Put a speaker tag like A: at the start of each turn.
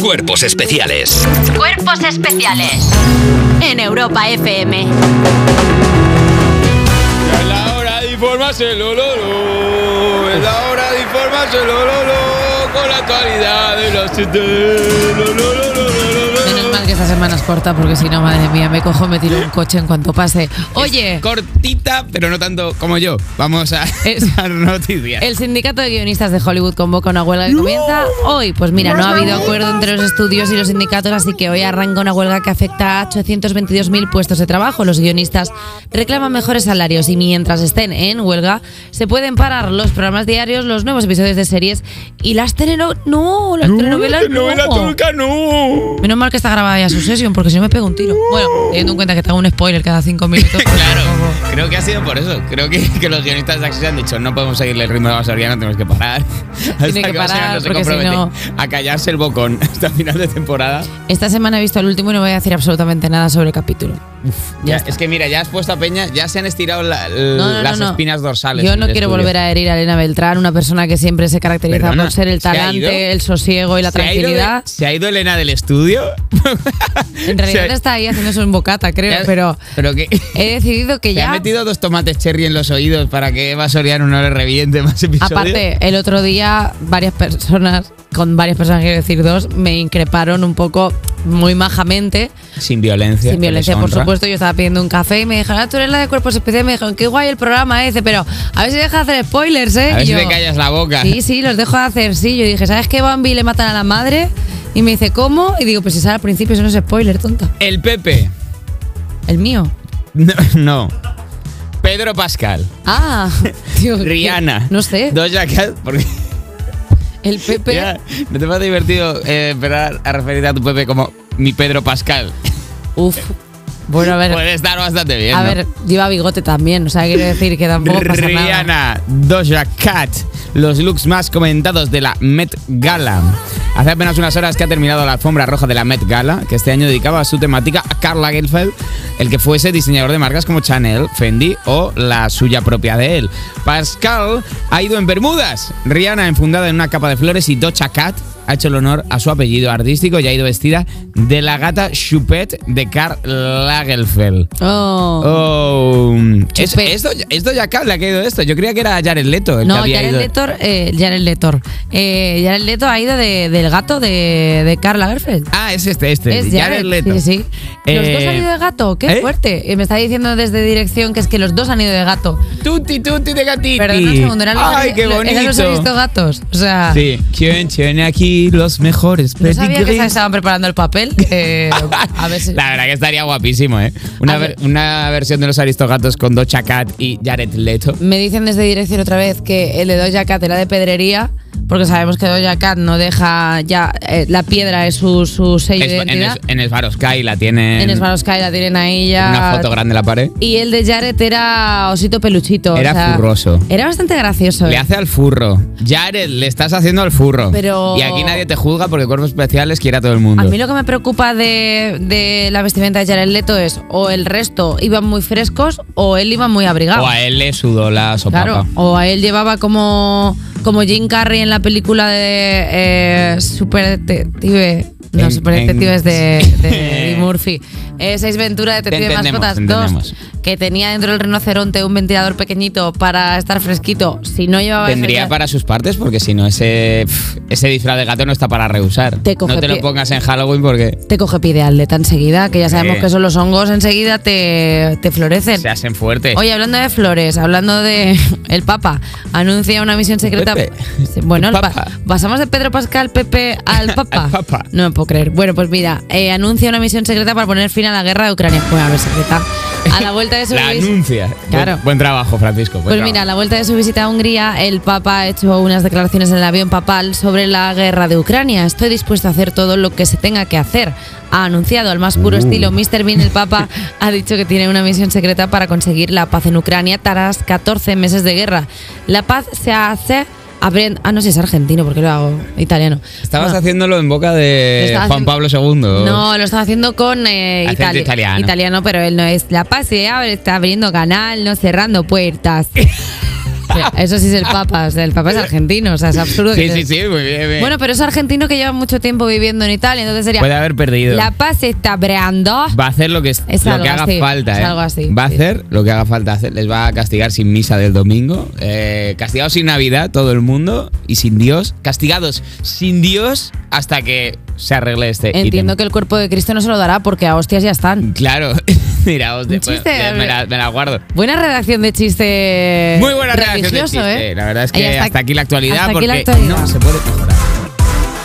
A: Cuerpos especiales.
B: Cuerpos especiales. En Europa FM.
C: Ya es la hora de informarse, lo, lo, lo. Es la hora de informarse, lo, lo, lo. Con la actualidad de los siete, lo, lo, lo, lo, lo, lo.
D: Menos mal que esta semana es corta porque si no, madre mía, me cojo, me tiro un coche en cuanto pase. Oye,
C: Cortita, pero no tanto como yo. Vamos a
D: Es-
C: a noticias.
D: el sindicato de guionistas de Hollywood convoca una huelga que comienza hoy. Pues mira, no ha habido acuerdo entre los estudios y los sindicatos, así que hoy arranca una huelga que afecta a 822.000 puestos de trabajo. Los guionistas reclaman mejores salarios y mientras estén en huelga se pueden parar los programas diarios, los nuevos episodios de series y las telenovelas. No, las telenovelas no.
C: novela turca, no.
D: Menos mal que está grabada ya su sesión, porque si no me pego un tiro. Bueno, teniendo en cuenta que te hago un spoiler cada cinco minutos. pues
C: Claro,
D: tampoco.
C: creo que ha sido por eso. Creo que, que los guionistas de Access han dicho: no podemos seguirle el ritmo de la Soriana, tenemos que parar. Hasta
D: que
C: Eva Soriano
D: parar,
C: se
D: porque si
C: compromete
D: no-
C: A callarse el bocón hasta final de temporada.
D: Esta semana he visto el último y no voy a decir absolutamente nada sobre el capítulo.
C: Ya, es que mira, ya has puesto a Peña, ya se han estirado la- l-
D: No, no, no,
C: las
D: no.
C: espinas dorsales.
D: Yo no quiero volver a herir a Elena Beltrán, una persona que siempre se caracteriza
C: Perdona,
D: por ser el
C: ¿se ha ido?
D: talante, el sosiego y la tranquilidad.
C: ¿Se ha ido Elena del estudio?
D: En realidad
C: Se-
D: está ahí haciéndose un bocata, creo,
C: Ya-
D: pero
C: Pero que.
D: he decidido que
C: ¿Te han
D: ya.
C: metido dos tomates cherry en los oídos para que Eva Soriano no le reviente más episodios?
D: Aparte, el otro día varias personas, con varias personas quiero decir dos, me increparon un poco muy majamente.
C: Sin violencia.
D: Sin violencia,
C: que les
D: por
C: honra.
D: supuesto. Yo estaba pidiendo un café y me dijeron, ah, tú eres la de cuerpos especiales. Me dijeron, qué guay el programa ese, pero a ver si deja de hacer spoilers, ¿eh?
C: A ver
D: Y
C: si
D: yo,
C: te callas la boca.
D: Sí, sí, los dejo de hacer, sí. Yo dije, ¿sabes qué? Bambi le matan a la madre. Y me dice, ¿cómo? Y digo, pues si sale al principio, eso no es spoiler, tonta.
C: El Pepe.
D: El mío.
C: No. no. Pedro Pascal.
D: Ah, digo,
C: Rihanna.
D: No sé.
C: Doja Cat. Porque
D: El Pepe.
C: ya, ¿No te parece divertido eh, esperar a referirte a tu Pepe como mi Pedro Pascal?
D: Uf. Bueno, a ver.
C: Puede estar bastante bien.
D: A
C: ¿no?
D: ver, lleva bigote también. O sea, quiero decir que tampoco pasa nada.
C: Rihanna, Doja Cat, los looks más comentados de la Met Gala. Hace apenas unas horas que ha terminado la alfombra roja de la Met Gala, que este año dedicaba su temática a Karl Lagerfeld, el que fuese diseñador de marcas como Chanel, Fendi o la suya propia de él. Pascal ha ido en Bermudas, Rihanna enfundada en una capa de flores y Doja Cat ha hecho el honor a su apellido artístico y ha ido vestida de la gata Choupette de Karl Lagerfeld.
D: Oh.
C: Oh, es-
D: Chupé.
C: esto, esto ya acá le ha caído esto. Yo creía que era Jared Leto el que
D: No,
C: había
D: Jared
C: ido.
D: Leto, eh, Jared Leto. Eh, Jared Leto ha ido de- del gato de, de Carla Gerfeld.
C: Ah, es este, este.
D: Es
C: Jared, Leto.
D: Sí, sí. los dos
C: Eh,
D: han ido de gato, qué
C: ¿eh?
D: fuerte. Eh, me está diciendo desde dirección que es que los dos han ido de gato.
C: Tutti, tutti de gatiti.
D: Perdón, un segundo, eran los,
C: Ay, qué bonito.
D: eran los he visto gatos. O sea,
C: Sí. ¿Quién tiene aquí los mejores
D: no sabía que
C: pedigrees?
D: se estaban preparando el papel. Eh, a ver si.
C: La verdad que estaría guapísimo, ¿eh? Una,
D: A
C: ver-
D: ver.
C: una versión de los Aristogatos con Docha Cat y Jared Leto.
D: Me dicen desde dirección otra vez que el de Doja Cat era de pedrería, porque sabemos que Doja Cat no deja ya. eh, la piedra es su, su sello
C: Es-
D: de
C: en,
D: identidad.
C: el, en el Sky la tienen.
D: En Swarovski la tienen ahí ya.
C: Una foto grande en la pared.
D: Y el de Jared era osito peluchito.
C: Era
D: o sea,
C: furroso.
D: Era bastante gracioso.
C: Le
D: eh.
C: hace al furro. Jared, le estás haciendo al furro.
D: Pero-
C: Y aquí nadie te juzga porque cuerpos especiales quiere a todo el mundo.
D: A mí lo que me preocupa de, de la vestimenta de Jared Leto es o el resto iban muy frescos o él iba muy abrigado.
C: O a él le sudó la sopapa.
D: claro. O a él llevaba como, como Jim Carrey en la película de eh, Super Detective. No,
C: En-
D: Super Detective
C: en-
D: es de, de Eddie Murphy. Eh, Seis Ventura, Detective de
C: entendemos,
D: Mascotas
C: te
D: 2.
C: entendemos.
D: Que tenía dentro del rinoceronte un ventilador pequeñito para estar fresquito. Si no llevaba. eso
C: Tendría
D: ya-
C: para sus partes porque si no, ese, pf, ese disfraz de gato no está para rehusar.
D: Te coge
C: no te
D: pie.
C: lo pongas en Halloween porque
D: te coge pie de atleta enseguida, que ya sabemos
C: Sí.
D: que son los hongos enseguida te, te florecen.
C: se hacen fuertes.
D: Oye, hablando de flores, hablando de el Papa, anuncia una misión secreta.
C: Pepe.
D: Bueno,
C: El
D: el pa-
C: Papa.
D: pasamos de Pedro Pascal Pepe al Papa.
C: Al Papa.
D: No me puedo creer. Bueno, pues mira, eh, anuncia una misión secreta para poner fin a la guerra de Ucrania. Bueno, a ver, secreta. A la vuelta de su
C: la
D: vis-
C: anuncia.
D: Claro.
C: Buen, buen trabajo, Francisco. buen
D: Pues mira, a
C: trabajo.
D: la vuelta de su visita a Hungría, el Papa ha hecho unas declaraciones en el avión papal sobre la guerra de Ucrania. Estoy dispuesto a hacer todo lo que se tenga que hacer. Ha anunciado al más
C: Uh.
D: puro estilo Mr. Bean, el Papa ha dicho que tiene una misión secreta para conseguir la paz en Ucrania tras 14 meses de guerra. La paz se hace... abriendo- Ah, no sé, es argentino, porque lo hago italiano.
C: Estabas
D: Bueno.
C: haciéndolo en boca de
D: Estaba
C: Eh, Juan
D: haciendo-
C: Pablo II.
D: No, lo estaba haciendo con eh,
C: Acento
D: itali-
C: italiano.
D: italiano, pero él no es. La paz se abre, está abriendo canal, no cerrando puertas. Pero Eso sí es el Papa. O sea, el Papa es argentino. O sea, es absurdo.
C: Sí,
D: que-
C: sí, sí, muy bien. bien.
D: Bueno, pues pero es argentino que lleva mucho tiempo viviendo en Italia. Entonces sería.
C: Puede haber perdido.
D: La paz está breando.
C: Va a hacer lo que,
D: Es
C: lo
D: algo
C: que haga
D: así,
C: falta,
D: es
C: ¿eh?
D: algo así,
C: Va a
D: sí.
C: hacer lo que haga falta hacer. Les va a castigar sin misa del domingo. eh, castigados sin Navidad, todo el mundo. Y sin Dios. Castigados sin Dios hasta que se arregle este. ítem.
D: Entiendo que el cuerpo de Cristo no se lo dará porque a hostias ya están.
C: Claro. Mira, os de-
D: Un chiste,
C: bueno, me, la, me la guardo.
D: Buena redacción de chiste.
C: Muy buena reacción de
D: religioso,
C: chiste.
D: ¿eh?
C: La verdad es
D: Y
C: que hasta, aquí la actualidad
D: hasta aquí
C: porque
D: la actualidad.
C: no se puede mejorar.